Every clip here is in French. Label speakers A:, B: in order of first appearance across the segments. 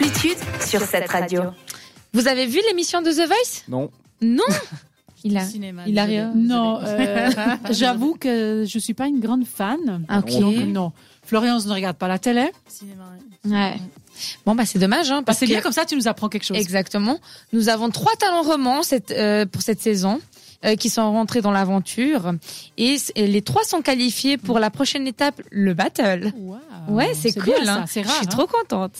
A: dispute sur cette radio.
B: Vous avez vu l'émission de The Voice
C: Non.
B: Non Il a.
D: Cinéma.
B: il a
D: désolé.
B: rien.
E: Non, euh, j'avoue que je suis pas une grande fan.
B: Ah, Ok.
E: Donc non, Florence ne regarde pas la télé.
D: Cinéma, ouais.
B: Ouais. Bon, bah, c'est dommage, hein,
E: Bah,
B: parce
E: c'est bien
B: que-
E: comme ça, tu nous apprends quelque chose.
B: Exactement. Nous avons trois talents romans cette, euh, pour cette saison euh, qui sont rentrés dans l'aventure. Et, c- et les trois sont qualifiés pour la prochaine étape, le battle.
E: Wow.
B: Ouais, c'est cool.
E: bien, ça,
B: hein.
E: Ah, C'est rare.
B: Je suis
E: hein.
B: trop contente.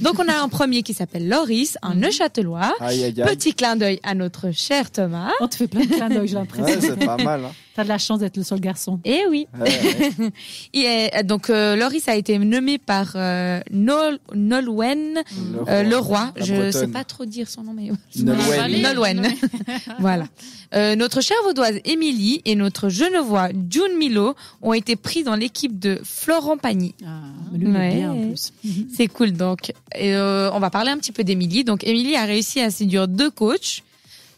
B: Donc, on a un premier qui s'appelle Loris, un
E: Mhm.
B: Neuchâtelois.
C: Aïe, aïe, aïe.
B: Petit clin d'œil à notre cher Thomas.
E: On te fait plein de clins d'œil, j'ai
C: Ouais,
E: l'impression.
C: c'est pas mal. Hein.
E: T'as de la chance d'être le seul garçon.
B: Eh oui.
C: Ouais, ouais.
B: Et, euh, donc, euh, Loris a été nommé par euh, Nol- Nolwenn
C: Le
B: euh,
C: roi.
B: Leroy.
C: La
B: Je sais
C: Bretonne.
B: pas trop dire son nom, mais
C: Nolwenn.
D: Allez,
B: Nolwenn.
D: Nolwenn.
B: Voilà. Euh, notre chère vaudoise Émilie et notre genevois June Milo ont été pris dans l'équipe de Florent Pagny.
E: Ah, mais lui, il est
B: Ouais.
E: bien en plus.
B: C'est cool donc. Et, euh, on va parler un petit peu d'Émilie. Donc Émilie a réussi à séduire deux coachs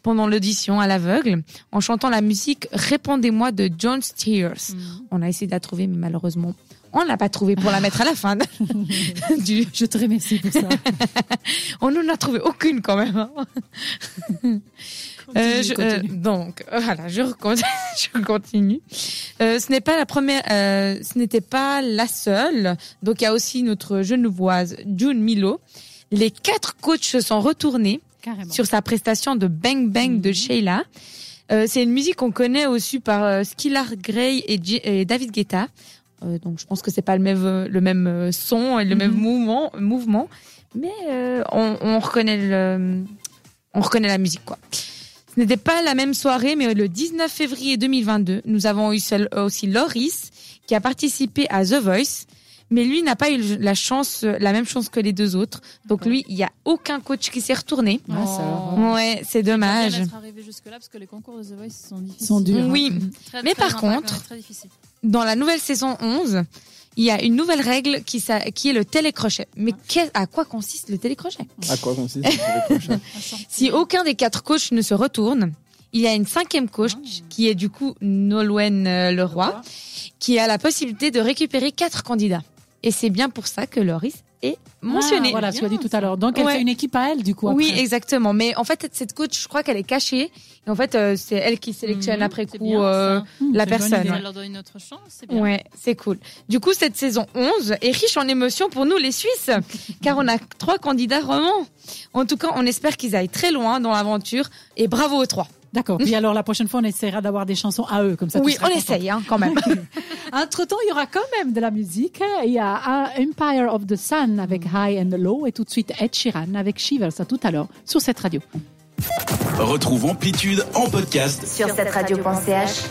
B: pendant l'audition à l'aveugle en chantant la musique Répondez-moi de John Steers. On a essayé de la trouver mais malheureusement on l'a pas trouvée pour la mettre à la fin. du... Euh,
E: Je te remercie pour ça.
B: On n'en a trouvé aucune quand même. hein. Euh, je- euh,
E: continue.
B: donc voilà, je continue. je continue. Euh, ce n'est pas la première, euh, ce n'était pas la seule. Donc il y a aussi notre genevoise June Milo. Les quatre coachs se sont retournés
E: Carrément.
B: sur sa prestation de Bang Bang de
E: Mhm.
B: Sheila. Euh, c'est une musique qu'on connaît aussi par euh, Skillar Grey et, J- et David Guetta. Euh, donc je pense que c'est pas le même euh, le même euh, son et le même
E: Mhm.
B: mouvement mouvement, mais euh, on, on reconnaît le on reconnaît la musique quoi. Ce n'était pas la même soirée, mais le 19 février 2022, nous avons eu seul- euh, aussi Loris qui a participé à The Voice, mais lui n'a pas eu la chance la même chance que les deux autres. Donc lui, il y a aucun coach qui s'est retourné.
E: Ah, ça
D: Oh.
E: va.
B: Ouais, c'est
D: Dommage.
B: dommage.
D: d'être arrivé jusque-là parce que les concours de The Voice sont difficiles.
E: Ils sont durs. hein.
B: Oui.
D: Très,
B: Mais par
D: très impactants,
B: contre-
D: Très difficiles.
B: Dans la nouvelle saison 11, il y a une nouvelle règle qui, s'a- qui est le télécrochet. Mais
E: Ah.
B: qu'est- à quoi consiste le télécrochet
C: À quoi consiste le prochain
B: Si aucun des quatre coachs ne se retourne, il y a une cinquième coach qui est du coup Nolwenn euh, Leroy, qui a la possibilité de récupérer quatre candidats. Et c'est bien pour ça que Loris est mentionné.
E: Ah, voilà, ce qu'on a dit
D: Bien,
E: tout à l'heure. Donc, elle
B: Ouais.
E: fait une équipe à elle, du coup.
B: Oui,
E: après.
B: exactement. Mais en fait, cette coach, je crois qu'elle est cachée. Et en fait, euh, c'est elle qui sélectionne
D: Mhm,
B: après
D: c'est
B: coup
D: bien,
B: euh,
D: ça.
E: Hum,
B: la
E: c'est une bonne
B: personne.
E: idée.
D: Ça leur donne une autre chance, c'est bien.
B: Ouais, c'est cool. Du coup, cette saison 11 est riche en émotions pour nous les Suisses, car on a trois candidats romans. En tout cas, on espère qu'ils aillent très loin dans l'aventure et bravo aux trois.
E: D'accord. Puis alors, la prochaine fois, on essaiera d'avoir des chansons à eux, comme ça.
B: oui,
E: tu
B: on
E: seras content.
B: essaye hein, quand même.
E: Entre-temps, il y aura quand même de la musique. Il y a ah, Empire of the Sun avec
B: Mm.
E: High and Low et tout de suite Ed Sheeran avec Shivers. À tout à l'heure sur cette radio.
F: Retrouve Amplitude en podcast
A: Sur cette radio.ch